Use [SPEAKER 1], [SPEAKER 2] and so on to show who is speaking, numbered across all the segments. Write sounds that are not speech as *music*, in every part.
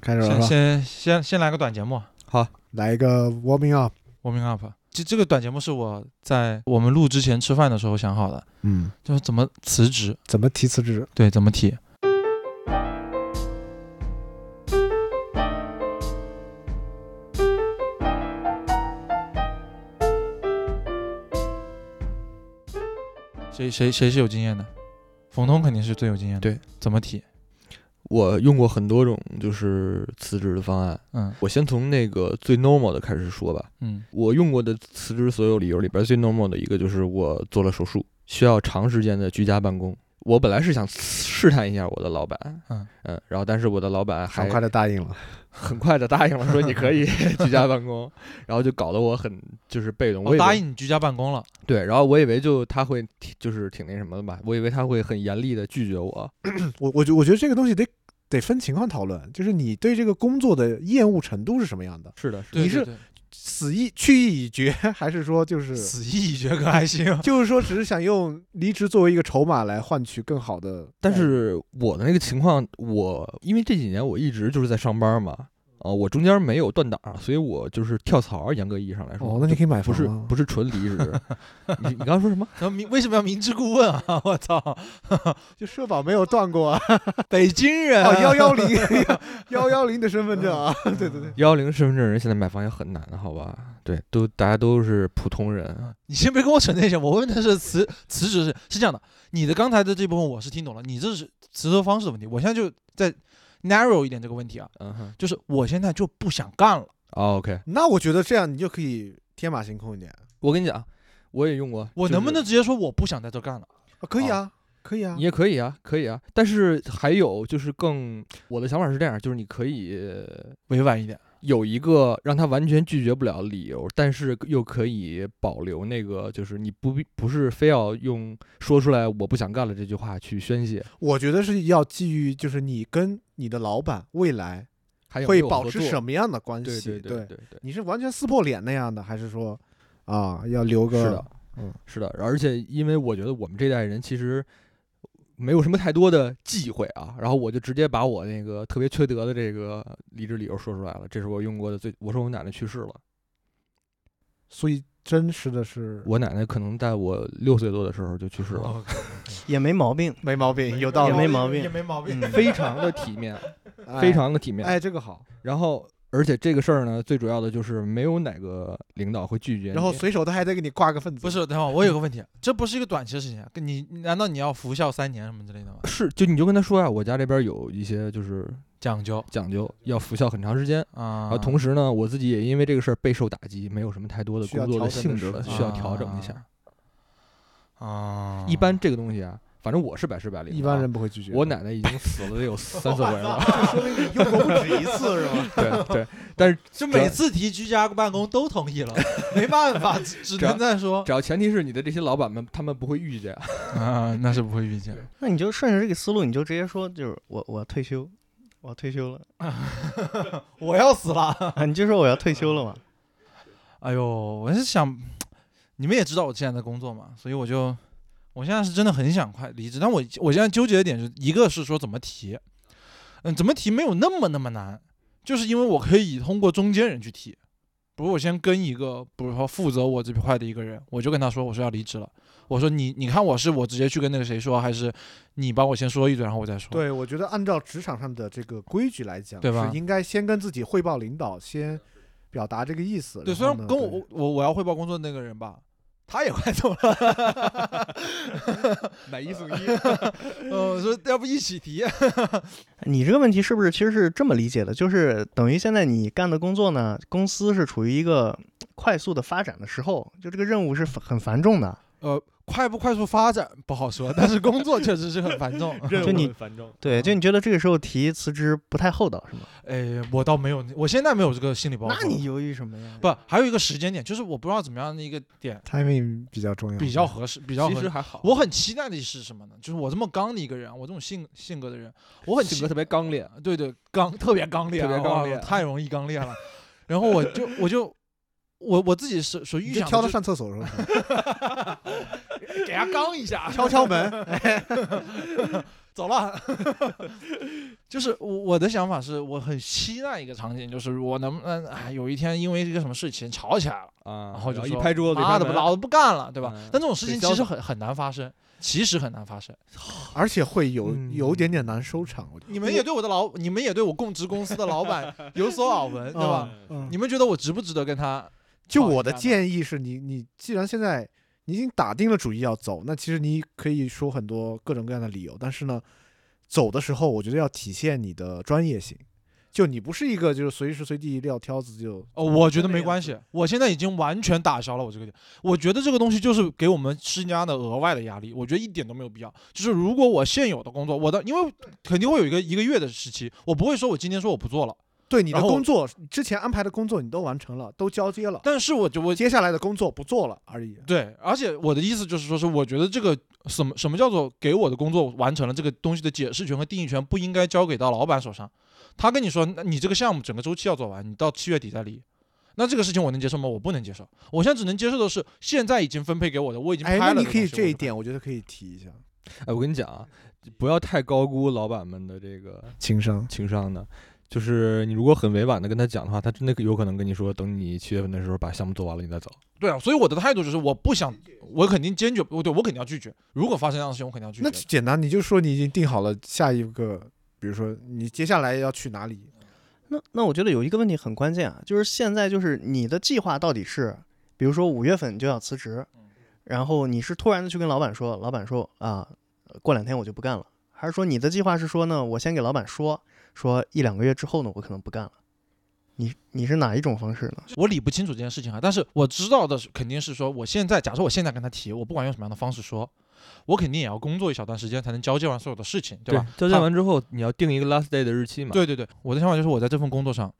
[SPEAKER 1] 开始了
[SPEAKER 2] 先
[SPEAKER 1] 吧？
[SPEAKER 2] 先先先来个短节目啊
[SPEAKER 1] 来一个 warming up。
[SPEAKER 2] ，warming up。这这个短节目是我在我们录之前吃饭的时候想好的，
[SPEAKER 1] 嗯，
[SPEAKER 2] 就是怎么辞职，
[SPEAKER 1] 怎么提辞职？
[SPEAKER 2] 对，怎么提。谁谁谁是有经验的？冯通肯定是最有经验的。
[SPEAKER 3] 对，
[SPEAKER 2] 怎么提？
[SPEAKER 3] 我用过很多种就是辞职的方案，
[SPEAKER 2] 嗯
[SPEAKER 3] 我先从那个最 normal 的开始说吧。
[SPEAKER 2] 嗯
[SPEAKER 3] 我用过的辞职所有理由里边最 normal 的一个就是我做了手术，需要长时间的居家办公。我本来是想试探一下我的老板，
[SPEAKER 2] 嗯
[SPEAKER 3] 嗯，然后但是我的老板还
[SPEAKER 1] 很快的答应了。
[SPEAKER 3] 很快的答应了，说你 *laughs* 可以居家办公，然后就搞得我很就是被动。我
[SPEAKER 2] 我
[SPEAKER 3] 以为
[SPEAKER 2] 哦答应你居家办公了。
[SPEAKER 3] 对，然后我以为就他会挺就是挺那什么的吧，我以为他会很严厉的拒绝我。
[SPEAKER 1] 我我觉我觉得这个东西得得分情况讨论，就是你对这个工作的厌恶程度是什么样的？
[SPEAKER 3] 是的，是的
[SPEAKER 2] 对
[SPEAKER 1] 你
[SPEAKER 2] 对
[SPEAKER 1] 是
[SPEAKER 2] 对
[SPEAKER 1] 死意去意已决，还是说就是
[SPEAKER 2] 死意已决可还行？
[SPEAKER 1] 就是说只是想用离职作为一个筹码来换取更好的？
[SPEAKER 3] 但是我的那个情况，我因为这几年我一直就是在上班嘛，啊、我中间没有断档，所以我就是跳槽，严格意义上来说，
[SPEAKER 1] 哦，那你可以买
[SPEAKER 3] 不
[SPEAKER 1] 房
[SPEAKER 3] 是
[SPEAKER 1] 啊
[SPEAKER 3] 不是纯离 *laughs* 职。你你刚刚说什么？
[SPEAKER 2] 然后明为什么要明知故问啊？ *laughs* 我操，
[SPEAKER 1] 就社保没有断过 *laughs* 啊？
[SPEAKER 2] 北京人啊
[SPEAKER 1] 哦，幺幺零 *laughs* 幺幺零的身份证啊？ *laughs* 对对对，
[SPEAKER 3] 幺幺零身份证人现在买房也很难的，好吧？对，都大家都是普通人。
[SPEAKER 2] 你先别跟我扯那些，我问的是辞辞职是是这样的，你的刚才的这部分我是听懂了，你这是辞职方式的问题。我现在就在 narrow 一点这个问题啊，
[SPEAKER 3] 嗯哼
[SPEAKER 2] 就是我现在就不想干了，
[SPEAKER 3] 哦，OK，
[SPEAKER 1] 那我觉得这样你就可以天马行空一点。
[SPEAKER 3] 我跟你讲，我也用过。
[SPEAKER 2] 我
[SPEAKER 3] 就是
[SPEAKER 2] 能不能直接说我不想在这干了？
[SPEAKER 1] 啊，可以啊，可以啊
[SPEAKER 3] 你。也可以啊，可以啊，但是还有就是更，我的想法是这样，就是你可以
[SPEAKER 2] 委婉一点，
[SPEAKER 3] 有一个让他完全拒绝不了的理由，但是又可以保留那个，就是你不必不是非要用说出来我不想干了这句话去宣泄，
[SPEAKER 1] 我觉得是要基于就是你跟你的老板未来
[SPEAKER 3] 还有没
[SPEAKER 1] 会
[SPEAKER 3] 有
[SPEAKER 1] 保
[SPEAKER 3] 合
[SPEAKER 1] 持
[SPEAKER 3] 作
[SPEAKER 1] 什么样的关
[SPEAKER 3] 对
[SPEAKER 1] 系？
[SPEAKER 3] 对对对对，
[SPEAKER 1] 你是完全撕破脸那样的，还是说啊要留个？
[SPEAKER 3] 是的，
[SPEAKER 1] 嗯，
[SPEAKER 3] 是的，而且因为我觉得我们这代人其实没有什么太多的忌讳啊，然后我就直接把我那个特别缺德的这个离职理由说出来了，这是我用过的最，我说我奶奶去世了。
[SPEAKER 1] 所以真实的是
[SPEAKER 3] 我奶奶可能在我六岁多的时候就去世了，
[SPEAKER 2] 哦
[SPEAKER 4] 也没毛病。
[SPEAKER 1] 没毛病，有道
[SPEAKER 4] 也
[SPEAKER 1] 理，
[SPEAKER 4] 没毛病
[SPEAKER 2] 也没毛病。
[SPEAKER 4] 嗯，
[SPEAKER 3] 非常的体面，
[SPEAKER 1] *laughs* 哎
[SPEAKER 3] 非常的体面。
[SPEAKER 1] 哎，这个好。
[SPEAKER 3] 然后，而且这个事儿呢，最主要的就是没有哪个领导会拒绝你。
[SPEAKER 1] 然后随手他还得给你挂个份子，
[SPEAKER 2] 不是，等会儿我有个问题，啊这不是一个短期的事情啊，跟你难道你要服校三年什么之类的吗？
[SPEAKER 3] 是，就你就跟他说呀、啊我家这边有一些就是
[SPEAKER 2] 讲究
[SPEAKER 3] 讲究，要服校很长时间。
[SPEAKER 2] 啊，
[SPEAKER 3] 然后同时呢，我自己也因为这个事儿备受打击，没有什么太多的
[SPEAKER 1] 需要
[SPEAKER 3] 工作的
[SPEAKER 1] 调整
[SPEAKER 3] 性
[SPEAKER 1] 的
[SPEAKER 3] 质了，
[SPEAKER 1] 时
[SPEAKER 3] 需要调整一下。
[SPEAKER 2] 啊。啊
[SPEAKER 3] 一般这个东西啊，反正我是百试百灵的啊。
[SPEAKER 1] 一般人不会拒绝。，
[SPEAKER 3] 我奶奶已经死了得有三四回了
[SPEAKER 1] 说明你用过不止一次是吧？
[SPEAKER 3] 对对，
[SPEAKER 2] 就每次提居家办公都同 *laughs* 意了，没办法，只只能再说
[SPEAKER 3] 只要前提是你的这些老板们他们不会遇见，
[SPEAKER 2] 啊，那是不会遇见。
[SPEAKER 4] *laughs* 那你就顺着这个思路，你就直接说，就是我我退休，我退休了， *laughs*
[SPEAKER 2] 我要死了！
[SPEAKER 4] 啊，你就说我要退休了嘛。
[SPEAKER 2] 哎呦，我是想，你们也知道我现在的工作嘛，所以我就，我现在是真的很想快离职，但我我现在纠结的点是一个是说怎么提，嗯，怎么提没有那么那么难，就是因为我可以通过中间人去提，比如我先跟一个，比如说负责我这块的一个人，我就跟他说我说要离职了，我说你你看我是我直接去跟那个谁说，还是你帮我先说一嘴，然后我再说？
[SPEAKER 1] 对，我觉得按照职场上的这个规矩来讲，
[SPEAKER 2] 对吧
[SPEAKER 1] 是应该先跟自己汇报领导，先表达这个意思。
[SPEAKER 2] 对，虽
[SPEAKER 1] 后
[SPEAKER 2] 然
[SPEAKER 1] 呢
[SPEAKER 2] 跟我我我要汇报工作的那个人吧，他也快
[SPEAKER 1] *laughs*
[SPEAKER 2] 走了，
[SPEAKER 3] 买一送一。
[SPEAKER 2] 呃，我说要不一起提，
[SPEAKER 4] *laughs* 你这个问题是不是其实是这么理解的？就是等于现在你干的工作呢，公司是处于一个快速的发展的时候，就这个任务是很很繁重的。
[SPEAKER 2] 呃，快不快速发展不好说，但是工作确实是很繁 *laughs* 重。
[SPEAKER 4] 就你
[SPEAKER 3] 繁重，
[SPEAKER 1] 嗯
[SPEAKER 4] 对，就你觉得这个时候提辞职不太厚道是吗？
[SPEAKER 2] 哎，我倒没有，我现在没有这个心理包袱。
[SPEAKER 4] 那你犹豫什么呀？
[SPEAKER 2] 不还有一个时间点，就是我不知道怎么样的一个点
[SPEAKER 1] timing 比较重要，
[SPEAKER 2] 比较合适，比较
[SPEAKER 3] 其
[SPEAKER 2] 合
[SPEAKER 3] 实
[SPEAKER 2] 适。
[SPEAKER 3] 还好。
[SPEAKER 2] 我很期待的是什么呢？就是我这么刚的一个人，我这种性性格的 *laughs* 人，我很期
[SPEAKER 3] 性格特别刚烈，
[SPEAKER 2] *laughs* 对对，刚特别刚烈啊，
[SPEAKER 3] 特别刚
[SPEAKER 2] 哇
[SPEAKER 3] 烈
[SPEAKER 2] 太容易刚烈了。然后我就我就我我自己是所
[SPEAKER 1] 你
[SPEAKER 2] 预
[SPEAKER 1] 就
[SPEAKER 2] 想的
[SPEAKER 1] 挑他
[SPEAKER 2] 就
[SPEAKER 1] 上厕所的时候
[SPEAKER 2] *laughs* 给他刚一下， *laughs*
[SPEAKER 1] 敲敲门，
[SPEAKER 2] 走了。 *laughs* 就是我我的想法是我很期待一个场景，就是我能不能哎有一天因为一个什么事情吵起来了，
[SPEAKER 3] 啊，
[SPEAKER 2] 然后就
[SPEAKER 3] 一
[SPEAKER 2] 说
[SPEAKER 3] 拍桌子，
[SPEAKER 2] 妈
[SPEAKER 3] 啊，
[SPEAKER 2] 的，老子不干了，对吧？
[SPEAKER 3] 嗯
[SPEAKER 2] 但这种事情
[SPEAKER 3] 对
[SPEAKER 2] 其实很很难发生，其实很难发生。
[SPEAKER 1] 而且会有有
[SPEAKER 3] 嗯
[SPEAKER 1] 点点难收场。我觉得
[SPEAKER 2] 你们也对我的老，你们也对我供职公司的老板有所耳 *laughs* 闻，对吧？
[SPEAKER 1] 嗯嗯
[SPEAKER 2] 你们觉得我值不值得跟他？
[SPEAKER 1] 就
[SPEAKER 2] 好
[SPEAKER 1] 我
[SPEAKER 2] 一
[SPEAKER 1] 的
[SPEAKER 2] 下呢
[SPEAKER 1] 建议是你，你既然现在你已经打定了主意要走，那其实你可以说很多各种各样的理由，但是呢，走的时候我觉得要体现你的专业性，就你不是一个就是随时随地撂挑子就
[SPEAKER 2] 哦，我觉得
[SPEAKER 4] 那
[SPEAKER 2] 没
[SPEAKER 4] 样
[SPEAKER 2] 关
[SPEAKER 4] 子
[SPEAKER 2] 系，我现在已经完全打消了我这个点。我觉得这个东西就是给我们施加的额外的压力，我觉得一点都没有必要。就是如果我现有的工作，我的因为肯定会有一个一个月的时期，我不会说我今天说我不做了，
[SPEAKER 1] 对你的
[SPEAKER 2] 然后
[SPEAKER 1] 工作之前安排的工作你都完成了，都交接了，
[SPEAKER 2] 但是我就我
[SPEAKER 1] 接下来的工作不做了而已。
[SPEAKER 2] 对，而且我的意思就是说，是我觉得这个什么什么叫做给我的工作完成了这个东西的解释权和定义权不应该交给到老板手上。他跟你说，那你这个项目整个周期要做完，你到七月底再离。那这个事情我能接受吗？我不能接受。我现在只能接受的是现在已经分配给我的，我已经
[SPEAKER 1] 哎，
[SPEAKER 2] 拍了
[SPEAKER 1] 那
[SPEAKER 2] 的东
[SPEAKER 1] 你
[SPEAKER 2] 西。
[SPEAKER 1] 可以这一
[SPEAKER 2] 我就拍，
[SPEAKER 1] 点，我觉得可以提一下
[SPEAKER 3] 哎，我跟你讲啊，不要太高估老板们的这个
[SPEAKER 1] 情商。
[SPEAKER 3] 情商的。就是你如果很委婉的跟他讲的话，他真的有可能跟你说，等你七月份的时候把项目做完了，你再走。
[SPEAKER 2] 对啊，所以我的态度就是我不想，我肯定坚决，我对我肯定要拒绝。如果发生这样的事情，我肯定要拒绝
[SPEAKER 1] 那
[SPEAKER 2] 的。
[SPEAKER 1] 简单，你就说你已经定好了下一个，比如说你接下来要去哪里，
[SPEAKER 4] 那那我觉得有一个问题很关键啊，就是现在就是你的计划到底是，比如说五月份你就要辞职，
[SPEAKER 1] 嗯
[SPEAKER 4] 然后你是突然的去跟老板说，老板说啊，过两天我就不干了，还是说你的计划是说呢，我先给老板说，说一两个月之后呢，我可能不干了。你你是哪一种方式呢？
[SPEAKER 2] 我理不清楚这件事情啊，但是我知道的是，肯定是说，我现在假设我现在跟他提，我不管用什么样的方式说，我肯定也要工作一小段时间才能交接完所有的事情，对吧？
[SPEAKER 3] 交接
[SPEAKER 2] 他
[SPEAKER 3] 完之后，你要定一个 last day 的日期嘛？，
[SPEAKER 2] 对对对，我的想法就是我在这份工作上，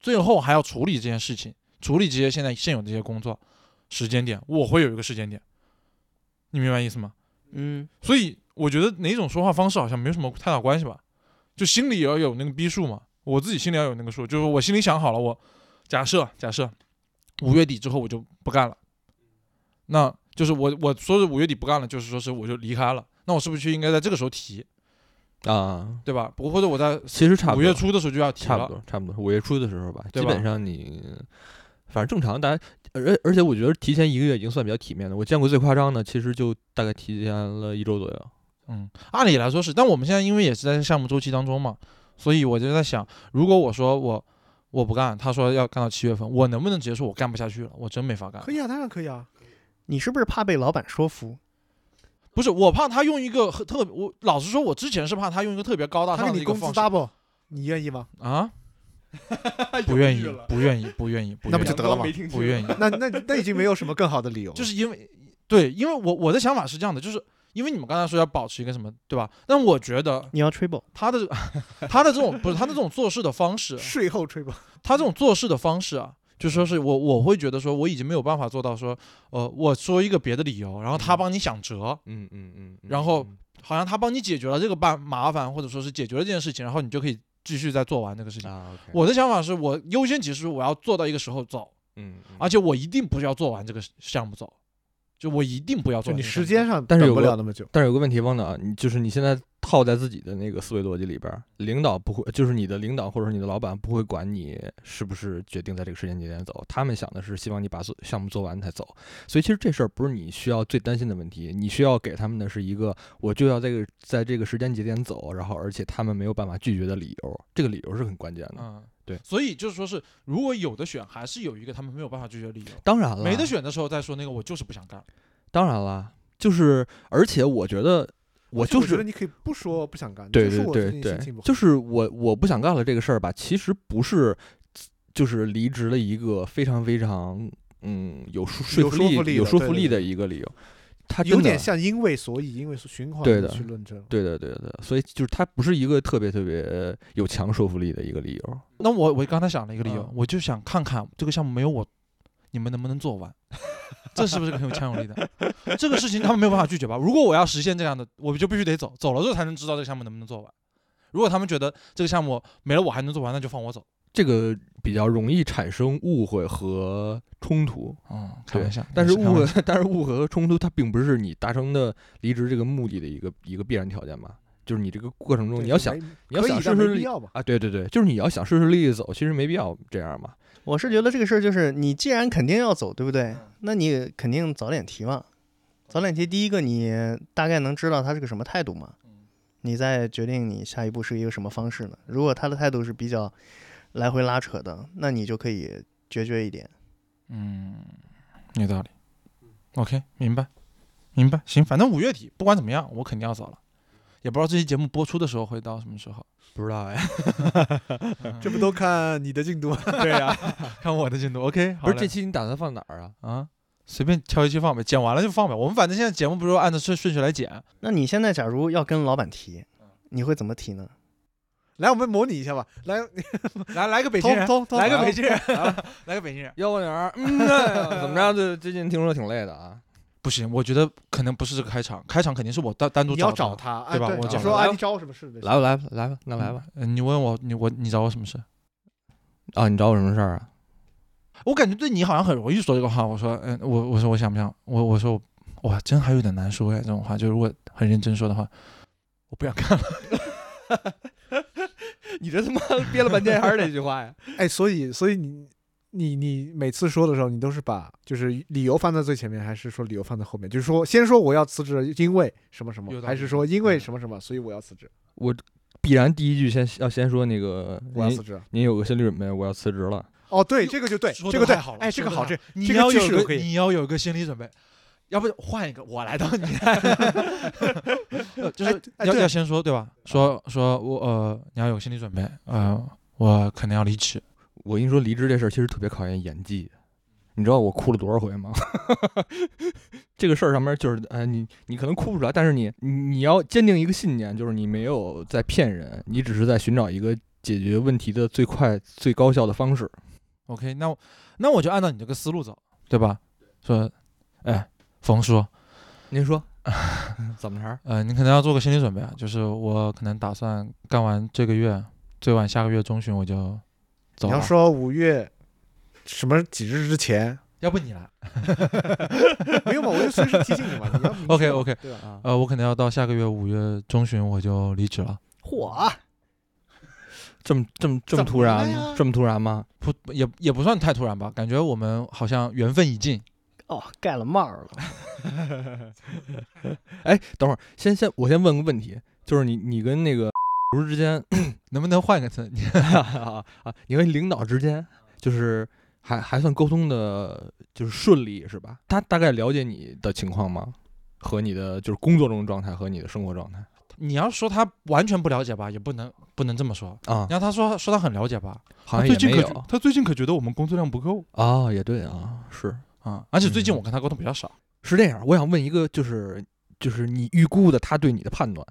[SPEAKER 2] 最后还要处理这件事情，处理这些现在现有的这些工作时间点，我会有一个时间点，你明白意思吗？
[SPEAKER 4] 嗯，
[SPEAKER 2] 所以我觉得哪种说话方式好像没有什么太大关系吧，就心里也要有那个逼数嘛，我自己心里要有那个数，就是我心里想好了，我假设假设五月底之后我就不干了，那就是我我说是五月底不干了，就是说是我就离开了，那我是不是就应该在这个时候提，
[SPEAKER 3] 啊，
[SPEAKER 2] 对吧？不或者我在
[SPEAKER 3] 其实差不
[SPEAKER 2] 五
[SPEAKER 3] 多
[SPEAKER 2] 月初的时候就要提
[SPEAKER 3] 差不
[SPEAKER 2] 了，
[SPEAKER 3] 多，差不多，五月初的时候吧，
[SPEAKER 2] 对
[SPEAKER 3] 基
[SPEAKER 2] 吧
[SPEAKER 3] 本上你，反正正常，大家，而而且我觉得提前一个月已经算比较体面的。我见过最夸张的，其实就大概提前了一周左右。
[SPEAKER 2] 嗯，按理来说是，但我们现在因为也是在项目周期当中嘛，所以我就在想，如果我说我我不干，他说要干到七月份，我能不能直接说我干不下去了？我真没法干。
[SPEAKER 1] 可以啊，当然可以啊。
[SPEAKER 4] 你是不是怕被老板说服？
[SPEAKER 2] 不是，我怕他用一个很特别，我老实说，我之前是怕他用一个特别高大
[SPEAKER 1] 他
[SPEAKER 2] 上
[SPEAKER 1] 给
[SPEAKER 2] 的一
[SPEAKER 1] 你
[SPEAKER 2] 个
[SPEAKER 1] 工资
[SPEAKER 2] 方式
[SPEAKER 1] double，你愿意吗？ *laughs*
[SPEAKER 2] 啊，不愿意，不愿意，不愿意，不
[SPEAKER 1] 那
[SPEAKER 2] 愿
[SPEAKER 1] 不
[SPEAKER 2] 意
[SPEAKER 1] 就，得了吗？
[SPEAKER 2] 不愿
[SPEAKER 1] *laughs*
[SPEAKER 2] 意，
[SPEAKER 1] 那那那已经没有什么更好的理由了，
[SPEAKER 2] 就是因为对，因为我我的想法是这样的，就是因为你们刚才说要保持一个什么，对吧？但我觉得
[SPEAKER 4] 你要 triple？
[SPEAKER 2] 他的 *laughs* 他的这种不是他的这种做事的方式，
[SPEAKER 1] 税后吹吧。
[SPEAKER 2] 他这种做事的方式啊，就说是我我会觉得说我已经没有办法做到说，呃，我说一个别的理由，然后他帮你想辙，
[SPEAKER 3] 嗯嗯嗯。嗯
[SPEAKER 2] 然后
[SPEAKER 3] 嗯
[SPEAKER 2] 好像他帮你解决了这个办麻烦，或者说是解决了这件事情，然后你就可以继续再做完这个事情。
[SPEAKER 3] 啊，OK，
[SPEAKER 2] 我的想法是我优先级是我要做到一个时候走，
[SPEAKER 3] 嗯，嗯
[SPEAKER 2] 而且我一定不是要做完这个项目走，就我一定不要
[SPEAKER 1] 就
[SPEAKER 2] 做完
[SPEAKER 1] 你
[SPEAKER 2] 这个
[SPEAKER 1] 时
[SPEAKER 2] 项目走。嗯
[SPEAKER 1] 间上
[SPEAKER 3] 但是
[SPEAKER 1] 等
[SPEAKER 3] 有
[SPEAKER 1] 不
[SPEAKER 3] 个
[SPEAKER 1] 了那么久，
[SPEAKER 3] 但是有个问题，汪导，你就是你现在套在自己的那个思维逻辑里边儿，领导不会，就是你的领导或者你的老板不会管你是不是决定在这个时间节点走，他们想的是希望你把所项目做完才走。所以其实这事儿不是你需要最担心的问题，你需要给他们的是一个我就要这个在这个时间节点走，然后而且他们没有办法拒绝的理由，这个理由是很关键的。
[SPEAKER 2] 嗯，
[SPEAKER 3] 对
[SPEAKER 2] 所以就是说是如果有的选，还是有一个他们没有办法拒绝的理由。
[SPEAKER 3] 当然了，
[SPEAKER 2] 没得选的时候再说那个我就是不想干，
[SPEAKER 3] 当然了，就是而且我觉得我就
[SPEAKER 1] 我觉
[SPEAKER 3] 是
[SPEAKER 1] 得你可以不说不想干，
[SPEAKER 3] 对
[SPEAKER 1] 就
[SPEAKER 3] 对
[SPEAKER 1] 说我最
[SPEAKER 3] 对
[SPEAKER 1] 近
[SPEAKER 3] 对
[SPEAKER 1] 心情不，好，
[SPEAKER 3] 就是我我不想干了这个事儿吧，其实不是，就是离职了一个非常非常嗯有说说
[SPEAKER 1] 有
[SPEAKER 3] 服
[SPEAKER 1] 说
[SPEAKER 3] 力
[SPEAKER 1] 服力
[SPEAKER 3] 有
[SPEAKER 1] 的
[SPEAKER 3] 说
[SPEAKER 1] 对
[SPEAKER 3] 服
[SPEAKER 1] 对
[SPEAKER 3] 力
[SPEAKER 1] 对
[SPEAKER 3] 的一个理由，他
[SPEAKER 1] 有
[SPEAKER 3] 真的
[SPEAKER 1] 点像因为所以因为循环
[SPEAKER 3] 对
[SPEAKER 1] 地
[SPEAKER 3] 的
[SPEAKER 1] 去论证。
[SPEAKER 3] 对对对对，所以就是他不是一个特别特别有强说服力的一个理由。
[SPEAKER 2] 那我我刚才想了一个理由，
[SPEAKER 1] 嗯
[SPEAKER 2] 我就想看看这个项目没有我，你们能不能做 *laughs* 完，这是不是个很有强有力的？这个事情他们没有办法拒绝吧？如果我要实现这样的，我就必须得走，走了之后才能知道这个项目能不能做完。如果他们觉得这个项目没了我还能做完，那就放我走。
[SPEAKER 3] 这个比较容易产生误会和冲突，
[SPEAKER 2] 嗯，开
[SPEAKER 3] 对
[SPEAKER 2] 玩笑，
[SPEAKER 3] 但是
[SPEAKER 1] 哎
[SPEAKER 2] 也开
[SPEAKER 3] 误
[SPEAKER 2] 玩笑
[SPEAKER 3] 会，但是误会和冲突，它并不是你达成的离职这个目的的一个一个必然条件吧？就是你这个过程中
[SPEAKER 1] 对
[SPEAKER 3] 你要
[SPEAKER 1] 就
[SPEAKER 3] 想
[SPEAKER 1] 没
[SPEAKER 3] 你要
[SPEAKER 1] 可以但
[SPEAKER 3] 想顺顺
[SPEAKER 1] 没
[SPEAKER 3] 利
[SPEAKER 1] 必要嘛，
[SPEAKER 3] 啊，对对对，就是你要想顺顺利利地走，其实没必要这样嘛。
[SPEAKER 4] 我是觉得这个事儿就是，你既然肯定要走，对不对？那你肯定早点提嘛。早点提，第一个你大概能知道他是个什么态度嘛，你再决定你下一步是一个什么方式呢？如果他的态度是比较来回拉扯的，那你就可以决绝一点。
[SPEAKER 2] 嗯，有道理。OK，明白，明白。行，反正五月底不管怎么样，我肯定要走了。也不知道这期节目播出的时候会到什么时 *laughs* 候，
[SPEAKER 3] 不知道哎，
[SPEAKER 2] 嗯
[SPEAKER 1] 这不都看你的进度吗？ *laughs*
[SPEAKER 2] 对啊呀、 *laughs* 看我的进度。OK，好
[SPEAKER 3] 不是这
[SPEAKER 2] 嘞
[SPEAKER 3] 期你打算放哪儿 *laughs* 啊？
[SPEAKER 2] 啊，随便挑一期放呗，剪完了就放呗。我们反正现在节目不是按照顺顺序来剪，
[SPEAKER 4] 那你现在假如要跟老板提，你会怎么提呢？
[SPEAKER 1] 来，我们模拟一下吧，来，
[SPEAKER 2] *laughs* 来来个北京
[SPEAKER 1] 偷
[SPEAKER 2] 人，
[SPEAKER 1] 偷偷
[SPEAKER 2] 来个
[SPEAKER 1] 来啊
[SPEAKER 2] 北京人， *laughs* 来个北京人。
[SPEAKER 3] 要不哪儿？嗯， *laughs* 哎怎么着？这最近听说挺累的啊。
[SPEAKER 2] 不行，我觉得可能不是这个开场，开场肯定是我单单独
[SPEAKER 1] 你要
[SPEAKER 2] 找
[SPEAKER 1] 找。他，哎
[SPEAKER 2] 对吧我
[SPEAKER 1] 你
[SPEAKER 2] 找
[SPEAKER 1] 说
[SPEAKER 3] 他
[SPEAKER 1] 哎，你找我什么事？
[SPEAKER 3] *laughs* 来吧，来吧，来吧，那来吧。
[SPEAKER 2] 嗯，你问我，你我你找我什么事？
[SPEAKER 3] 啊，你找我什么事儿啊？
[SPEAKER 2] 我感觉对你好像很容易说这个话。我说，嗯，我我说我想不想？我我说我哇，真还有点难说哎，这种话就如果很认真说的话，我不想看了。
[SPEAKER 3] *laughs* 你这他妈 *laughs* 憋了半天还是那句话呀？
[SPEAKER 1] 哎，所以所以你你你每次说的时候，你都是把就是理由放在最前面，还是说理由放在后面？就是说先说我要辞职，因为什么什
[SPEAKER 2] 有
[SPEAKER 1] 么，
[SPEAKER 2] 道
[SPEAKER 1] 还
[SPEAKER 2] 理
[SPEAKER 1] 是说因为
[SPEAKER 2] 嗯
[SPEAKER 1] 什么什么，所以我要辞职，
[SPEAKER 3] *laughs* 必然第一句先要先说那个，
[SPEAKER 1] 我要
[SPEAKER 3] 您
[SPEAKER 1] 辞职。
[SPEAKER 3] 您有个心理准备，我要辞职了。
[SPEAKER 1] 哦，对，这个就对，
[SPEAKER 2] 哎说
[SPEAKER 1] 这
[SPEAKER 2] 得
[SPEAKER 1] 个对
[SPEAKER 2] 太好了，
[SPEAKER 1] 哎，这个
[SPEAKER 2] 说得
[SPEAKER 1] 好，
[SPEAKER 2] 太
[SPEAKER 1] 这
[SPEAKER 2] 你
[SPEAKER 1] 这个
[SPEAKER 2] 要
[SPEAKER 1] 句
[SPEAKER 2] 有
[SPEAKER 1] 式
[SPEAKER 2] 个
[SPEAKER 1] 可以
[SPEAKER 2] 你要有个心理准备，要不换一个我来当你。
[SPEAKER 1] *laughs*
[SPEAKER 2] 呃就是
[SPEAKER 1] 哎哎
[SPEAKER 2] 要
[SPEAKER 1] 对
[SPEAKER 2] 要先说对吧？说说我呃，你要有心理准备，呃，我可能要离职。
[SPEAKER 3] 我跟你说，离职这事儿其实特别考验演技。你知道我哭了多少回吗？ *laughs* 这个事儿上面就是，哎，你你可能哭不出来，但是你你你要坚定一个信念，就是你没有在骗人，你只是在寻找一个解决问题的最快、最高效的方式。
[SPEAKER 2] OK，那我那我就按照你这个思路走，对吧？说，哎，冯叔，
[SPEAKER 3] 您 *laughs* 说怎么着？
[SPEAKER 2] 呃，你可能要做个心理准备啊，就是我可能打算干完这个月，最晚下个月中旬我就走
[SPEAKER 1] 你
[SPEAKER 2] 了。
[SPEAKER 1] 要说五月什么几日之前， *laughs*
[SPEAKER 2] 要不你来？
[SPEAKER 1] 没有嘛，我就随时提醒你嘛。你
[SPEAKER 2] *laughs*
[SPEAKER 1] 要明确
[SPEAKER 2] OK，OK
[SPEAKER 1] 嘛对吧？
[SPEAKER 3] 啊，
[SPEAKER 2] 呃，我可能要到下个月五月中旬我就离职了。
[SPEAKER 4] 嚯，
[SPEAKER 3] 这么这么这
[SPEAKER 1] 怎
[SPEAKER 3] 么
[SPEAKER 1] 么
[SPEAKER 3] 突然
[SPEAKER 1] 了
[SPEAKER 3] 吗
[SPEAKER 1] 呀
[SPEAKER 3] 这么突然吗？ *laughs*
[SPEAKER 2] 不也也不算太突然吧，感觉我们好像缘分已尽。
[SPEAKER 4] 哦，盖了帽儿了。
[SPEAKER 3] 哎，等会儿，先先我先问个问题，就是你你跟那个 *laughs* 不是之间
[SPEAKER 2] 能不能换个词？你 *laughs*
[SPEAKER 3] 啊啊， *laughs* 你跟领导之间就是还还算沟通的，就是顺利是吧？他大概了解你的情况吗？和你的就是工作中的状态和你的生活状态
[SPEAKER 2] 你要说他完全不了解吧，也不能不能这么说。
[SPEAKER 3] 啊
[SPEAKER 2] 你，要他说说他很了解吧，
[SPEAKER 3] 好
[SPEAKER 2] 他
[SPEAKER 3] 像
[SPEAKER 2] 最
[SPEAKER 3] 也
[SPEAKER 2] 近
[SPEAKER 3] 没
[SPEAKER 2] 可
[SPEAKER 3] 有
[SPEAKER 2] 觉他最近可觉得我们工作量不够
[SPEAKER 3] 啊，也对啊，是
[SPEAKER 2] 啊、而且最近
[SPEAKER 3] 嗯
[SPEAKER 2] 我跟他沟通比较少。
[SPEAKER 3] 是这样。我想问一个，就是就是你预估的他对你的判断，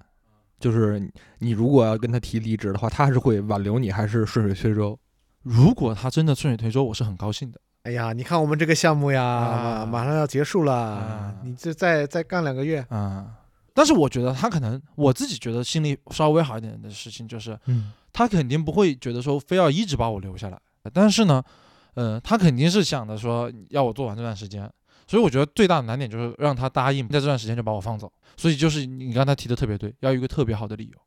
[SPEAKER 3] 就是你你如果要跟他提离职的话，他是会挽留你，还是顺水推舟？
[SPEAKER 2] 如果他真的顺水推舟，我是很高兴的。
[SPEAKER 1] 哎呀，你看我们这个项目呀，
[SPEAKER 2] 啊
[SPEAKER 1] 马上要结束了，
[SPEAKER 2] 啊
[SPEAKER 1] 你这再再干两个月，
[SPEAKER 2] 嗯，但是我觉得他可能，我自己觉得心里稍微好一点的事情就是，
[SPEAKER 3] 嗯，
[SPEAKER 2] 他肯定不会觉得说非要一直把我留下来，但是呢，呃，他肯定是想着说要我做完这段时间，所以我觉得最大的难点就是让他答应在这段时间就把我放走，所以就是你刚才提的特别对，要有一个特别好的理由，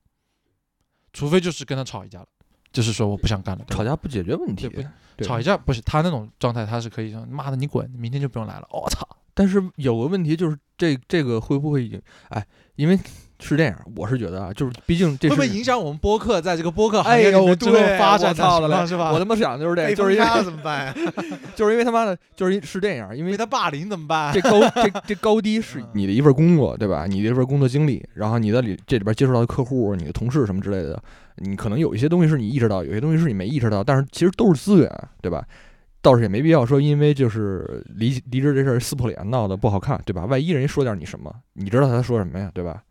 [SPEAKER 2] 除非就是跟他吵一架了，就是说我不想干了，
[SPEAKER 3] 吵架不解决问题
[SPEAKER 2] 对，不
[SPEAKER 3] 对
[SPEAKER 2] 吵一架不是他那种状态，他是可以说妈的你滚，明天就不用来了，哦我、操，
[SPEAKER 3] 但是有个问题就是这这个会不会影哎？因为是这样，我是觉得啊，就是毕竟这
[SPEAKER 2] 会
[SPEAKER 3] 是
[SPEAKER 2] 不会影响我们播客在这个播客行
[SPEAKER 3] 哎
[SPEAKER 2] 业里
[SPEAKER 3] 呦，
[SPEAKER 2] 面之
[SPEAKER 3] 对，
[SPEAKER 2] 后
[SPEAKER 1] 啊
[SPEAKER 2] 发展
[SPEAKER 3] 我操
[SPEAKER 2] 的
[SPEAKER 3] 了，
[SPEAKER 2] 是吧？
[SPEAKER 3] 我他妈想的就是这，
[SPEAKER 1] 被
[SPEAKER 3] 就是
[SPEAKER 1] 封
[SPEAKER 3] 因为
[SPEAKER 1] 杀了怎么
[SPEAKER 2] *laughs*
[SPEAKER 1] 办呀？
[SPEAKER 3] 就是因为他妈的，就是因是这样，因为
[SPEAKER 2] 被他霸凌怎么
[SPEAKER 3] *laughs*
[SPEAKER 2] 办？
[SPEAKER 3] 这高这这高低是
[SPEAKER 2] 嗯
[SPEAKER 3] 你的一份工作，对吧？你的一份工作经历，然后你在里这里边接触到的客户、你的同事什么之类的，你可能有一些东西是你意识到，有些东西是你没意识到，但是其实都是资源，对吧？倒是也没必要说因为就是离离职这事儿撕破脸闹得不好看，对吧？万一人家说点你什么，你知道他说什么呀，对吧？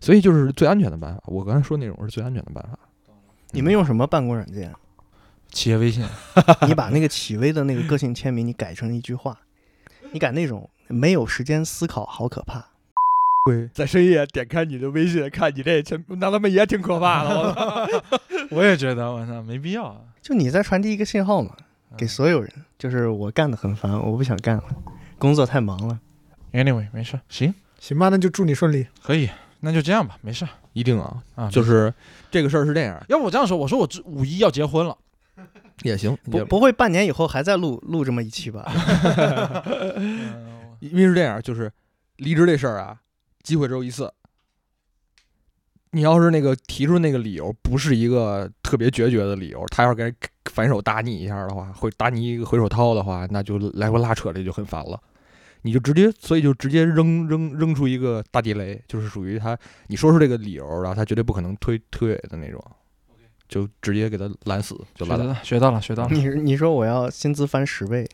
[SPEAKER 3] 所以就是最安全的办法，我刚才说那种是最安全的办法。
[SPEAKER 4] 你们用什么办公软件？啊
[SPEAKER 2] 企业微信，
[SPEAKER 3] *laughs*
[SPEAKER 4] 你把那个企微的那个个性签名，你改成一句话，你改那种没有时间思考，好可怕。
[SPEAKER 3] 会在深夜点开你的微信，看你这全那他妈也挺可怕的，我操！
[SPEAKER 2] *laughs* 我也觉得我操没必要啊。
[SPEAKER 4] *laughs* 就你在传递一个信号嘛，
[SPEAKER 3] 嗯
[SPEAKER 4] 给所有人，就是我干的很烦，我不想干了，工作太忙了。
[SPEAKER 2] Anyway，没事，行，
[SPEAKER 1] 行吧，那就祝你顺利。
[SPEAKER 2] 可以，那就这样吧，没事。
[SPEAKER 3] 一定啊，
[SPEAKER 2] 啊，
[SPEAKER 3] 就
[SPEAKER 2] 没事
[SPEAKER 3] 是这个事儿是这样，
[SPEAKER 2] 要不我这样说，我说我这五一要结婚了，
[SPEAKER 3] 也行，
[SPEAKER 4] 不
[SPEAKER 3] 也
[SPEAKER 4] 不会半年以后还在录录这么一期吧？
[SPEAKER 3] *laughs*
[SPEAKER 2] 嗯
[SPEAKER 3] 因为是这样，就是离职这事儿啊，机会只有一次。你要是那个提出那个理由不是一个特别决绝的理由，他要是给反手打你一下的话，会打你一个回手掏的话，那就来回拉扯这就很烦了。你就直接，所以就直接扔扔扔出一个大地雷，就是属于他你说出这个理由，然后他绝对不可能推推诿的那种，就直接给他拦死， *laughs* 就
[SPEAKER 2] 学到
[SPEAKER 3] 拦了。
[SPEAKER 2] 了，学到了，学到了。
[SPEAKER 4] 你你说我要薪资翻十
[SPEAKER 3] *laughs*
[SPEAKER 4] 倍，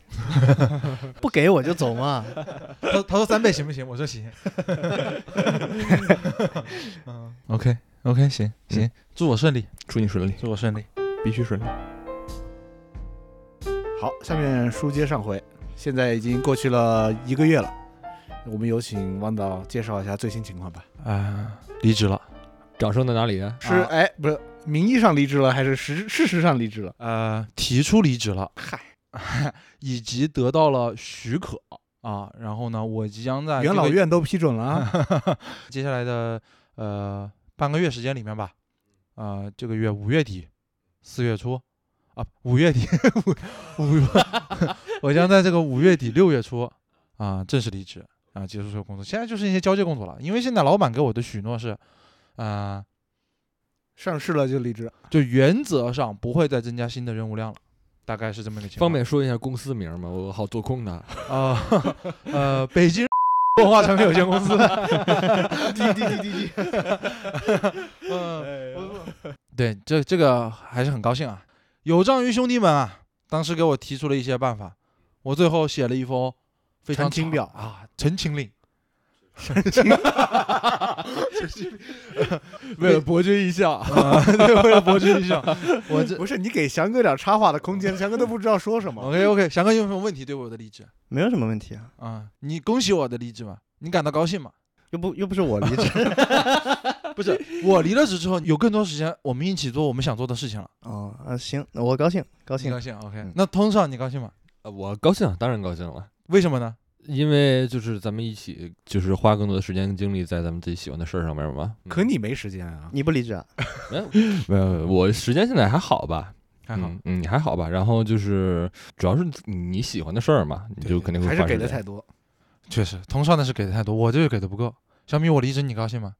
[SPEAKER 4] 不给我就走嘛。
[SPEAKER 2] 他他说三倍行不行？我说 *laughs* 行。嗯，OK OK，行行，祝我顺利，
[SPEAKER 3] 嗯祝你顺利，
[SPEAKER 2] 祝我顺利。
[SPEAKER 3] 必须顺利。
[SPEAKER 1] 好，下面书接上回，现在已经过去了一个月了，我们有请汪导介绍一下最新情况吧。
[SPEAKER 2] 啊，离职了。
[SPEAKER 3] 掌声在哪里啊？
[SPEAKER 1] 是
[SPEAKER 2] 啊
[SPEAKER 1] 哎，不是名义上离职了，还是实事实上离职了？
[SPEAKER 2] 呃，提出离职了，嗨， *laughs* 以及得到了许可啊。然后呢，我即将在这
[SPEAKER 1] 元老
[SPEAKER 2] 个
[SPEAKER 1] 院都批准了啊！
[SPEAKER 2] 接下来的呃半个月时间里面吧，呃，这个月五月底、四月初啊，五月底五五， *laughs* 我将在这个五月底六月初啊、正式离职啊，结束所有工作。现在就是一些交接工作了，因为现在老板给我的许诺是，啊、
[SPEAKER 1] *laughs* 上市了就离 *laughs* 职，
[SPEAKER 2] 就原则上不会再增加新的任务量了，大概是这么一个情况。
[SPEAKER 3] 方便说一下公司名吗？我好做空它。
[SPEAKER 2] 啊、 *laughs* 呃，北京 *laughs* 文化传媒有限公司。 *laughs*
[SPEAKER 1] 滴滴滴滴 *laughs* 滴。哎
[SPEAKER 2] 嗯，对，这这个还是很高兴啊。有仗于兄弟们啊，当时给我提出了一些办法，我最后写了一封非常
[SPEAKER 1] 陈情
[SPEAKER 2] 长
[SPEAKER 1] 表
[SPEAKER 2] 啊，陈情
[SPEAKER 4] *laughs*
[SPEAKER 2] 令。 *laughs*
[SPEAKER 3] 为了博君一笑，
[SPEAKER 1] *laughs*
[SPEAKER 2] 啊，对，为了博君一笑，我这
[SPEAKER 1] 不是你给翔哥点插话的空间，翔哥都不知道说什
[SPEAKER 3] 嗯
[SPEAKER 1] 么。
[SPEAKER 2] OK OK，翔哥有什么问题对我的励志
[SPEAKER 4] 没有什么问题啊，
[SPEAKER 2] 啊？你恭喜我的励志吗？你感到高兴吗？
[SPEAKER 4] 又不又不是我离职
[SPEAKER 2] 不是，我离了职之后有更多时间，我们一起做我们想做的事情了。
[SPEAKER 4] *laughs* 哦啊，行，那我高兴高
[SPEAKER 2] 你
[SPEAKER 4] 兴
[SPEAKER 2] 高，兴？OK，
[SPEAKER 4] 嗯
[SPEAKER 2] 那通上你高兴吗？
[SPEAKER 3] 呃我高兴，当然高兴了，
[SPEAKER 2] 为什么呢？
[SPEAKER 3] 因为就是咱们一起，就是花更多的时间精力在咱们自己喜欢的事儿上面嘛。嗯
[SPEAKER 1] 可你没时间啊！
[SPEAKER 4] 你不离职啊？
[SPEAKER 3] 没有，没有我时间现在还好吧？
[SPEAKER 2] 还好，
[SPEAKER 3] 嗯，嗯还好吧。然后就是主要是你喜欢的事儿嘛，你就肯定会
[SPEAKER 1] 还是
[SPEAKER 3] 花
[SPEAKER 1] 给
[SPEAKER 3] 时
[SPEAKER 1] 的
[SPEAKER 3] 间
[SPEAKER 1] 太多。
[SPEAKER 2] 确实，同上的是给的太多，我就是给的不够。小米，我离职你高兴吗？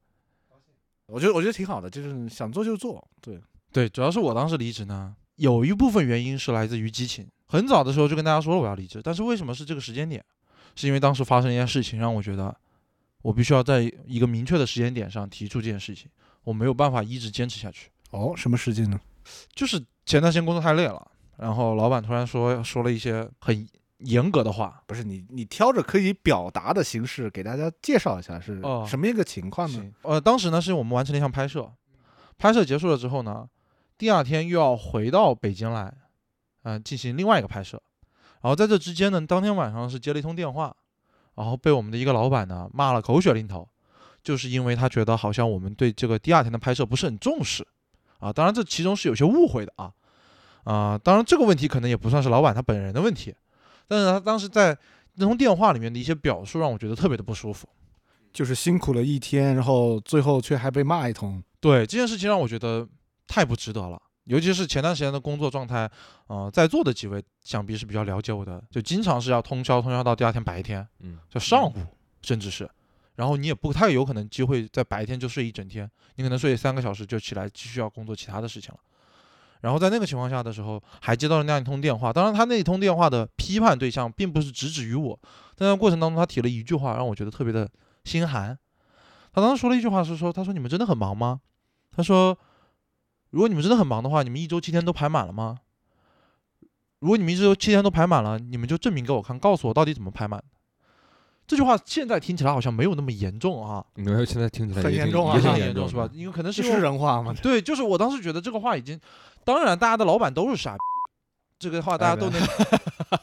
[SPEAKER 1] 我觉得我觉得挺好的，就是想做就做。对，
[SPEAKER 2] 对，主要是我当时离职呢，有一部分原因是来自于激情。很早的时候就跟大家说了我要离职，但是为什么是这个时间点？是因为当时发生一件事情，让我觉得我必须要在一个明确的时间点上提出这件事情，我没有办法一直坚持下去。
[SPEAKER 1] 哦，什么事情呢？
[SPEAKER 2] 就是前段时间工作太累了，然后老板突然说说了一些很严格的话，
[SPEAKER 1] 不是你，你挑着可以表达的形式给大家介绍一下是
[SPEAKER 2] 哦
[SPEAKER 1] 什么一个情况呢？
[SPEAKER 2] 行，呃，当时呢是我们完成了一项拍摄，拍摄结束了之后呢，第二天又要回到北京来，嗯、进行另外一个拍摄。然后在这之间呢，当天晚上是接了一通电话，然后被我们的一个老板呢骂了狗血淋头，就是因为他觉得好像我们对这个第二天的拍摄不是很重视啊。当然这其中是有些误会的啊，啊，当然这个问题可能也不算是老板他本人的问题，但是他当时在那通电话里面的一些表述让我觉得特别的不舒服。
[SPEAKER 1] 就是辛苦了一天，然后最后却还被骂一通。
[SPEAKER 2] 对这件事情让我觉得太不值得了，尤其是前段时间的工作状态，呃，在座的几位想必是比较了解我的，就经常是要通宵通宵到第二天白天，
[SPEAKER 3] 嗯，
[SPEAKER 2] 就上午甚至是，然后你也不太有可能机会在白天就睡一整天，你可能睡三个小时就起来继续要工作其他的事情了。然后在那个情况下的时候，还接到了那样一通电话。当然，他那一通电话的批判对象并不是直指于我，但在过程当中，他提了一句话让我觉得特别的心寒。他当时说了一句话是说：“他说你们真的很忙吗？”他说：“如果你们真的很忙的话，你们一周七天都排满了吗？如果你们一周七天都排满了，你们就证明给我看，告诉我到底怎么排满。”这句话现在听起来好像没有那么严重啊，
[SPEAKER 3] 你们现在听起来
[SPEAKER 1] 很
[SPEAKER 3] 也
[SPEAKER 1] 严
[SPEAKER 3] 挺
[SPEAKER 1] 重啊
[SPEAKER 3] 也
[SPEAKER 2] 非
[SPEAKER 3] 挺
[SPEAKER 2] 常
[SPEAKER 1] 很
[SPEAKER 2] 严重
[SPEAKER 3] 重
[SPEAKER 2] 是吧
[SPEAKER 3] 的？？啊
[SPEAKER 2] 因为可能
[SPEAKER 1] 这
[SPEAKER 2] 是
[SPEAKER 1] 是
[SPEAKER 2] 我
[SPEAKER 1] 人话吗？ *laughs*
[SPEAKER 2] *laughs* 对，就是我当时觉得这个话已经，当然大家的老板都是傻逼，这个话大家都能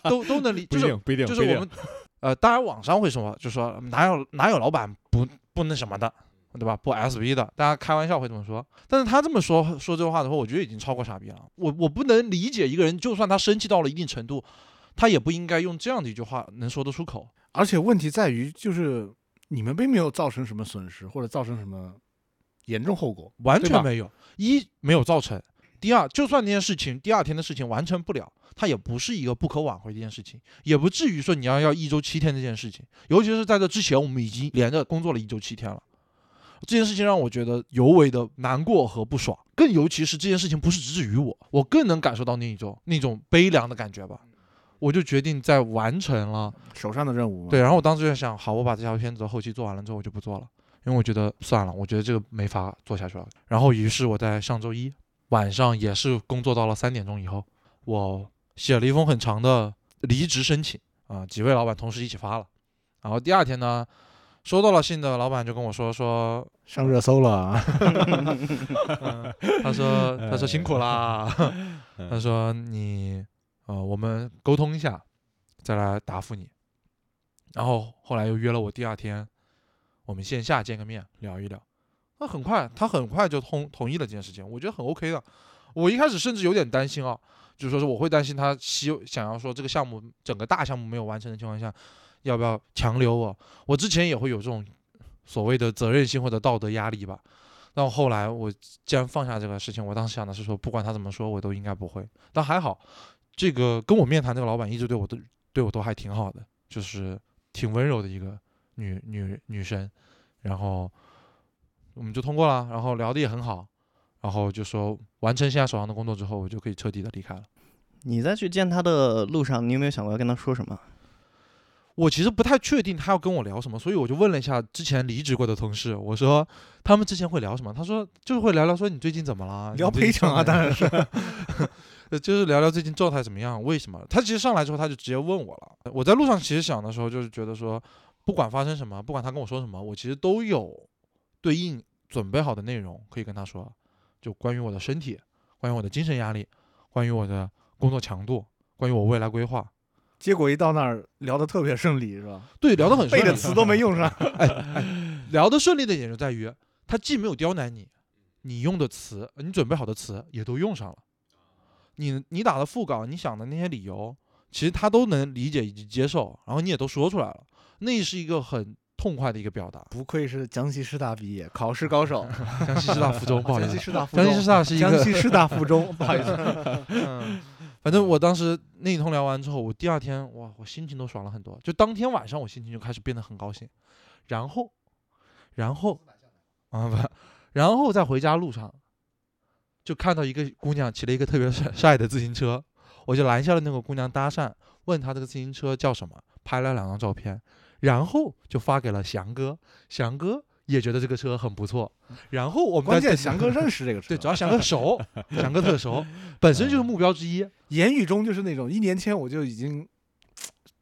[SPEAKER 2] 都都能理，
[SPEAKER 3] 哎 *laughs*
[SPEAKER 2] 就
[SPEAKER 3] 不一
[SPEAKER 2] 是
[SPEAKER 3] 定，不一定，
[SPEAKER 2] 就是
[SPEAKER 3] 不
[SPEAKER 2] 我
[SPEAKER 3] 一定
[SPEAKER 2] 们呃，当然网上会说，就说哪有哪有老板不不那什么的，对吧？不 SB 的，大家开玩笑会这么说。但是他这么说说这话的话，我觉得已经超过傻逼了。我我不能理解一个人，就算他生气到了一定程度，他也不应该用这样的一句话能说得出口。
[SPEAKER 1] 而且问题在于，就是你们并没有造成什么损失，或者造成什么
[SPEAKER 5] 严重后果。
[SPEAKER 2] 完
[SPEAKER 5] 对
[SPEAKER 2] 全
[SPEAKER 5] 吧
[SPEAKER 2] 没有。一没有造成，第二，就算那件事情第二天的事情完成不了，它也不是一个不可挽回的一件事情，也不至于说你要要一周七天这件事情。尤其是在这之前，我们已经连着工作了一周七天了。这件事情让我觉得尤为的难过和不爽，更尤其是这件事情不是只止于我，我更能感受到那一种那种悲凉的感觉吧。我就决定在完成了
[SPEAKER 1] 手上的任务嘛。
[SPEAKER 2] 对，，然后我当时就想，好，我把这条片子的后期做完了之后，我就不做了，因为我觉得算了，我觉得这个没法做下去了。然后，于是我在上周一晚上也是工作到了三点钟以后，我写了一封很长的离职申请啊、几位老板同时一起发了。然后第二天呢，收到了信的老板就跟我说说，
[SPEAKER 1] 上热搜了啊。 *laughs*
[SPEAKER 2] 嗯， *laughs* 他说他说辛苦啦，他说你呃我们沟通一下，再来答复你。然后后来又约了我第二天，我们线下见个面聊一聊。那很快他很快就同同意了这件事情，我觉得很 OK 的。我一开始甚至有点担心啊，就是说是我会担心他希想要说这个项目整个大项目没有完成的情况下，要不要强留我？我之前也会有这种所谓的责任心或者道德压力吧。但后来我既然放下这个事情，我当时想的是说，不管他怎么说，我都应该不会。但还好，这个跟我面谈这个老板一直对我都对我都还挺好的，就是挺温柔的一个女女女生。然后我们就通过了，然后聊得也很好，然后就说完成现在手上的工作之后，我就可以彻底的离开了。
[SPEAKER 4] 你在去见他的路上，你有没有想过要跟他说什么？
[SPEAKER 2] 我其实不太确定他要跟我聊什么，所以我就问了一下之前离职过的同事，我说他们之前会聊什么？他说就是会聊聊说你最近怎么了，
[SPEAKER 1] 聊
[SPEAKER 2] 你最
[SPEAKER 1] 赔
[SPEAKER 2] 近
[SPEAKER 1] 偿啊
[SPEAKER 2] 状态
[SPEAKER 1] 当然是
[SPEAKER 2] *laughs* 呃就是聊聊最近状态怎么样，为什么？他其实上来之后他就直接问我了。我在路上其实想的时候，就是觉得说，不管发生什么，不管他跟我说什么，我其实都有对应准备好的内容可以跟他说，就关于我的身体，关于我的精神压力，关于我的工作强度，关于我未来规划。
[SPEAKER 1] 结果一到那儿聊得特别顺利，是吧？
[SPEAKER 2] 对，聊得很顺
[SPEAKER 1] 背
[SPEAKER 2] 利。
[SPEAKER 1] 的词都没用
[SPEAKER 2] *laughs*
[SPEAKER 1] 上。。
[SPEAKER 2] 聊得顺利的点就在于，他既没有刁难你，你用的词，你准备好的词也都用上了，你你打的副稿，你想的那些理由，其实他都能理解以及接受，然后你也都说出来了，那是一个很痛快的一个表达
[SPEAKER 1] 不愧是江西师大毕业，考试高手。
[SPEAKER 2] 江西师大附中，不好意
[SPEAKER 1] 江西
[SPEAKER 2] 思，
[SPEAKER 1] 师大附
[SPEAKER 2] 江
[SPEAKER 1] 中，
[SPEAKER 2] 西师大是一
[SPEAKER 1] 江
[SPEAKER 2] 个，
[SPEAKER 1] 西师大附
[SPEAKER 2] *laughs*
[SPEAKER 1] 中，不好意思。
[SPEAKER 2] 嗯，反正我当时那一通聊完之后，我第二天哇，我心情都爽了很多，就当天晚上我心情就开始变得很高兴，然后，然后，啊不，然后在回家路上，就看到一个姑娘骑了一个特别帅帅的自行车，我就拦下了那个姑娘搭讪，问她这个自行车叫什么，拍了两张照片，然后就发给了翔哥，翔哥也觉得这个车很不错，然后我们
[SPEAKER 1] 嗯关键
[SPEAKER 2] 在
[SPEAKER 1] 翔哥认识这个
[SPEAKER 2] 对，
[SPEAKER 1] 车
[SPEAKER 2] 主，要翔哥
[SPEAKER 1] *laughs*
[SPEAKER 2] 熟，翔哥特熟，本身就是目标之一。
[SPEAKER 1] 言语中就是那种一年前我就已经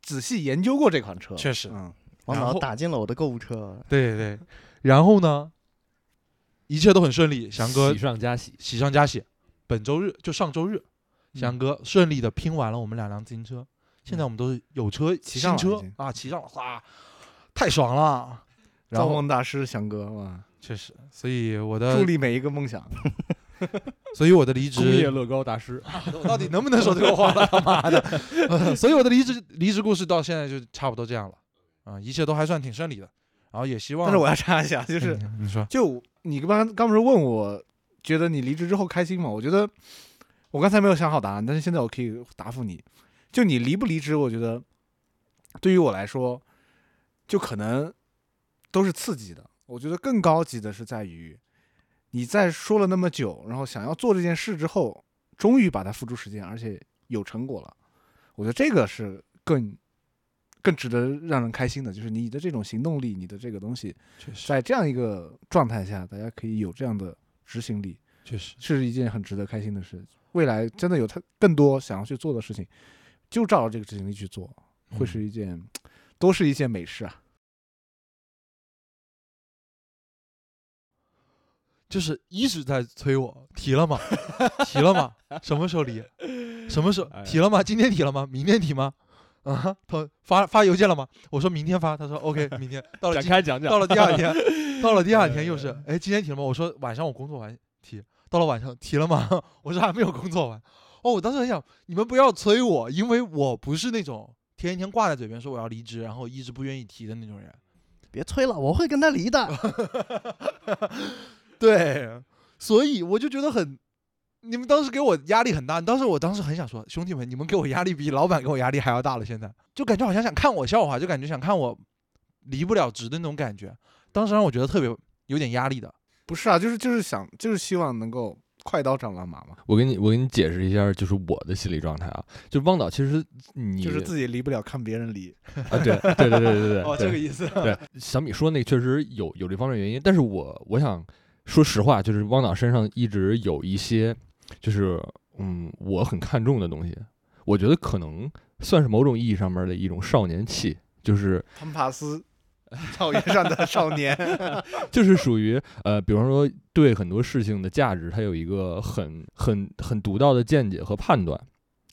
[SPEAKER 1] 仔细研究过这款车，
[SPEAKER 2] 确实
[SPEAKER 1] 嗯，
[SPEAKER 4] 王
[SPEAKER 2] 然
[SPEAKER 4] 导
[SPEAKER 2] 后
[SPEAKER 4] 打进了我的购物车，
[SPEAKER 2] 对对，然后呢，一切都很顺利，翔哥
[SPEAKER 3] 喜上加喜，
[SPEAKER 2] 喜上加喜。本周日就上周日，翔
[SPEAKER 3] 嗯
[SPEAKER 2] 哥顺利的拼完了我们两辆自行车，现在我们都是有车
[SPEAKER 1] 嗯骑上了
[SPEAKER 2] 新
[SPEAKER 1] 已
[SPEAKER 2] 车
[SPEAKER 1] 经
[SPEAKER 2] 啊，骑上了，哇，太爽了。然
[SPEAKER 1] 造
[SPEAKER 2] 后呃
[SPEAKER 1] 梦大师翔哥哇，
[SPEAKER 2] 确实，所以我
[SPEAKER 1] 助
[SPEAKER 2] 的，
[SPEAKER 1] 力每一个梦想。
[SPEAKER 2] 所以我的离
[SPEAKER 3] 工业
[SPEAKER 2] 职，啊
[SPEAKER 3] 乐高大师，
[SPEAKER 2] 我到底能不能说这个话了？他 *laughs* 妈的！呃所以我的离职离职故事到现在就差不多这样了，啊、一切都还算挺顺利的。然后也希望，
[SPEAKER 1] 但是我要插一下，就是
[SPEAKER 2] 嗯你说，
[SPEAKER 1] 就你刚刚不是问我，觉得你离职之后开心吗？我觉得我刚才没有想好答案，但是现在我可以答复你。就你离不离职，我觉得对于我来说，就可能都是刺激的。我觉得更高级的是在于你在说了那么久，然后想要做这件事之后，终于把它付诸实践，而且有成果了。我觉得这个是更更值得让人开心的，就是你的这种行动力，你的这个东西
[SPEAKER 2] 确实，
[SPEAKER 1] 在这样一个状态下，大家可以有这样的执行力，
[SPEAKER 2] 确实，
[SPEAKER 1] 是一件很值得开心的事。未来真的有他更多想要去做的事情，就照着这个执行力去做，会是一件，都是一件美事啊。
[SPEAKER 2] 就是一直在催我提了吗？提了吗？什么时候离？什么时候
[SPEAKER 3] 哎呀
[SPEAKER 2] 提了吗？今天提了吗？明天提吗？啊，他发发邮件了吗？我说明天发，他说 OK，明天到了
[SPEAKER 3] 展
[SPEAKER 2] 今
[SPEAKER 3] 开讲讲，
[SPEAKER 2] 到了第二天，到了第二天又是哎，今天提了吗？我说晚上我工作完提，到了晚上提了吗？ *laughs* 我说还没有工作完。哦，我当时很想你们不要催我，因为我不是那种天天挂在嘴边说我要离职，然后一直不愿意提的那种人。
[SPEAKER 3] *laughs*
[SPEAKER 4] 别催了，我会跟他离的。
[SPEAKER 2] 对，所以我就觉得很，你们当时给我压力很大，当时我当时很想说，兄弟们，你们给我压力比老板给我压力还要大了，现在就感觉好像想看我笑话，就感觉想看我离不了职的那种感觉，当时让我觉得特别有点压力的。
[SPEAKER 1] 不是啊，就是就是想就是希望能够快刀斩乱麻嘛，
[SPEAKER 3] 我给你我给你解释一下，就是我的心理状态啊，就汪导其实你
[SPEAKER 1] 就是自己离不了，看别人离。
[SPEAKER 3] 啊，对对对对对对，
[SPEAKER 2] 哦，
[SPEAKER 3] 对
[SPEAKER 2] 这个意思。
[SPEAKER 3] 对，小米说那个确实有有这方面原因，但是我我想说实话，就是汪导身上一直有一些，就是嗯，我很看重的东西，我觉得可能算是某种意义上面的一种少年气，就是
[SPEAKER 1] 潘帕斯，草原上的 *laughs* 少 *laughs* 年，
[SPEAKER 3] 就是属于呃，比方说对很多事情的价值，它有一个很很很独到的见解和判断。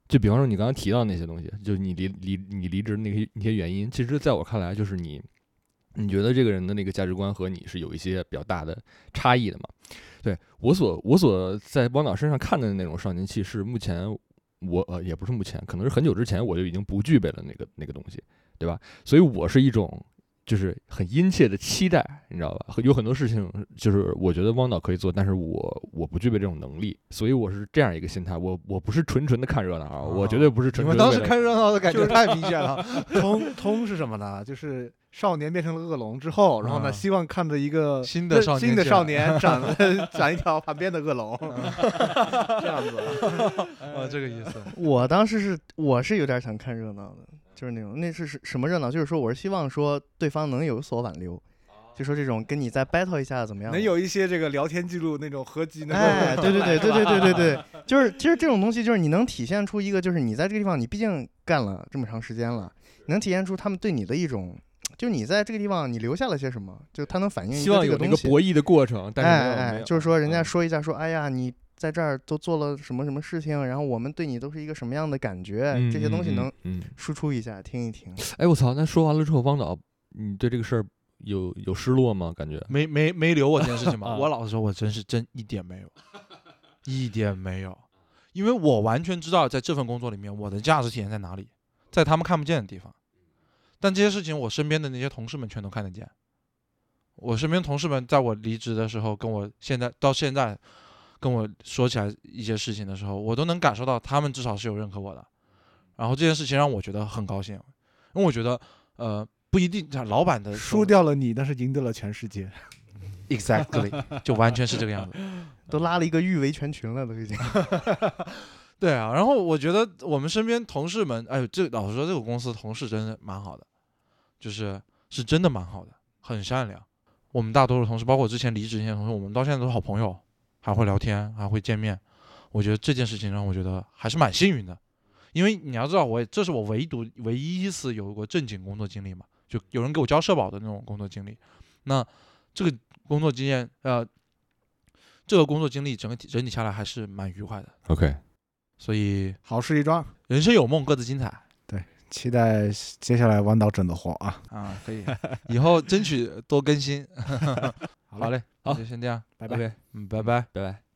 [SPEAKER 3] 就比方说你刚刚提到那些东西，就是你离离你离职的那些那些原因，其实在我看来，就是你你觉得这个人的那个价值观和你是有一些比较大的差异的嘛？对我所我所在汪导身上看的那种少年气，是目前我呃也不是目前，可能是很久之前我就已经不具备了那个那个东西，对吧？所以我是一种就是很殷切的期待，你知道吧？有很多事情就是我觉得汪导可以做，但是我我不具备这种能力，所以我是这样一个心态，我我不是纯纯的看热闹啊，我
[SPEAKER 4] 哦
[SPEAKER 3] 绝对不是
[SPEAKER 2] 你
[SPEAKER 3] 纯
[SPEAKER 2] 们
[SPEAKER 3] 纯
[SPEAKER 2] 当
[SPEAKER 3] 的
[SPEAKER 2] 时看热闹的感觉太明显了，
[SPEAKER 1] *laughs* 通通是什么呢？就是少年变成了恶龙之后，然后呢，
[SPEAKER 2] 嗯
[SPEAKER 1] 希望看着一个
[SPEAKER 2] 新的少年
[SPEAKER 1] 新的
[SPEAKER 2] 起
[SPEAKER 1] 少 *laughs*
[SPEAKER 2] 来
[SPEAKER 1] 年嗯斩斩一条旁边的恶龙，这样子。 *laughs*
[SPEAKER 2] 哦，这个意思。
[SPEAKER 4] 我当时是我是有点想看热闹的，就是那种那是什什么热闹？就是说我是希望说对方能有所挽留，就说这种跟你再 battle 一下怎么样？
[SPEAKER 1] 能有一些这个聊天记录那种合集，能够
[SPEAKER 4] 哎，对对对对对对对对，就是其实这种东西就是你能体现出一个，就是你在这个地方，你毕竟干了这么长时间了，能体现出他们对你的一种，就是你在这个地方你留下了些什么，就他能反映一
[SPEAKER 3] 希望
[SPEAKER 4] 这
[SPEAKER 3] 有那
[SPEAKER 4] 东
[SPEAKER 3] 个
[SPEAKER 4] 西。
[SPEAKER 3] 博弈的过程，但是没有
[SPEAKER 4] 哎
[SPEAKER 3] 没
[SPEAKER 4] 哎，
[SPEAKER 3] 有
[SPEAKER 4] 就是说人家
[SPEAKER 3] 嗯
[SPEAKER 4] 说一下说，哎呀，你在这儿都做了什么什么事情，然后我们对你都是一个什么样的感觉，
[SPEAKER 3] 嗯
[SPEAKER 4] 这些东西
[SPEAKER 3] 嗯
[SPEAKER 4] 能
[SPEAKER 3] 嗯，嗯
[SPEAKER 4] 输出一下，听一听。
[SPEAKER 3] 哎，我操！那说完了之后，汪导，你对这个事儿有有失落吗？感觉
[SPEAKER 2] 没没没留我这件事
[SPEAKER 1] *laughs*
[SPEAKER 2] 情嘛，
[SPEAKER 3] 啊
[SPEAKER 2] 我老实说，我真是真一点没有，一点没有，因为我完全知道在这份工作里面我的价值体现在哪里，在他们看不见的地方，但这些事情我身边的那些同事们全都看得见。我身边同事们在我离职的时候，跟我现在到现在跟我说起来一些事情的时候，我都能感受到他们至少是有认可我的，然后这件事情让我觉得很高兴，因为我觉得呃不一定老板的
[SPEAKER 1] 输掉了你，但是赢得了全世界。 *laughs*
[SPEAKER 2] Exactly，就完全是这个样子。
[SPEAKER 4] 都拉了一个誉为全群了，都已经。
[SPEAKER 2] 对啊，然后我觉得我们身边同事们，哎呦，这老实说，这个公司同事真的蛮好的，就是是真的蛮好的，很善良。我们大多数同事，包括我之前离职那些同事，我们到现在都是好朋友，还会聊天，还会见面。我觉得这件事情让我觉得还是蛮幸运的，因为你要知道我，也这是我唯独唯一一次有过正经工作经历嘛，就有人给我交社保的那种工作经历。那这个工作经验，呃，这个工作经历整体整体下来还是蛮愉快的，
[SPEAKER 3] OK，
[SPEAKER 2] 所以
[SPEAKER 1] 好事一桩，
[SPEAKER 2] 人生有梦，各自精彩
[SPEAKER 1] 期待接下来弯道整的活啊！
[SPEAKER 2] 啊！可以， *laughs* 以后争取多更新。好嘞，
[SPEAKER 3] 好
[SPEAKER 2] 那就先这样，
[SPEAKER 1] 拜拜
[SPEAKER 3] OK，
[SPEAKER 2] 嗯，拜拜。
[SPEAKER 3] 拜拜。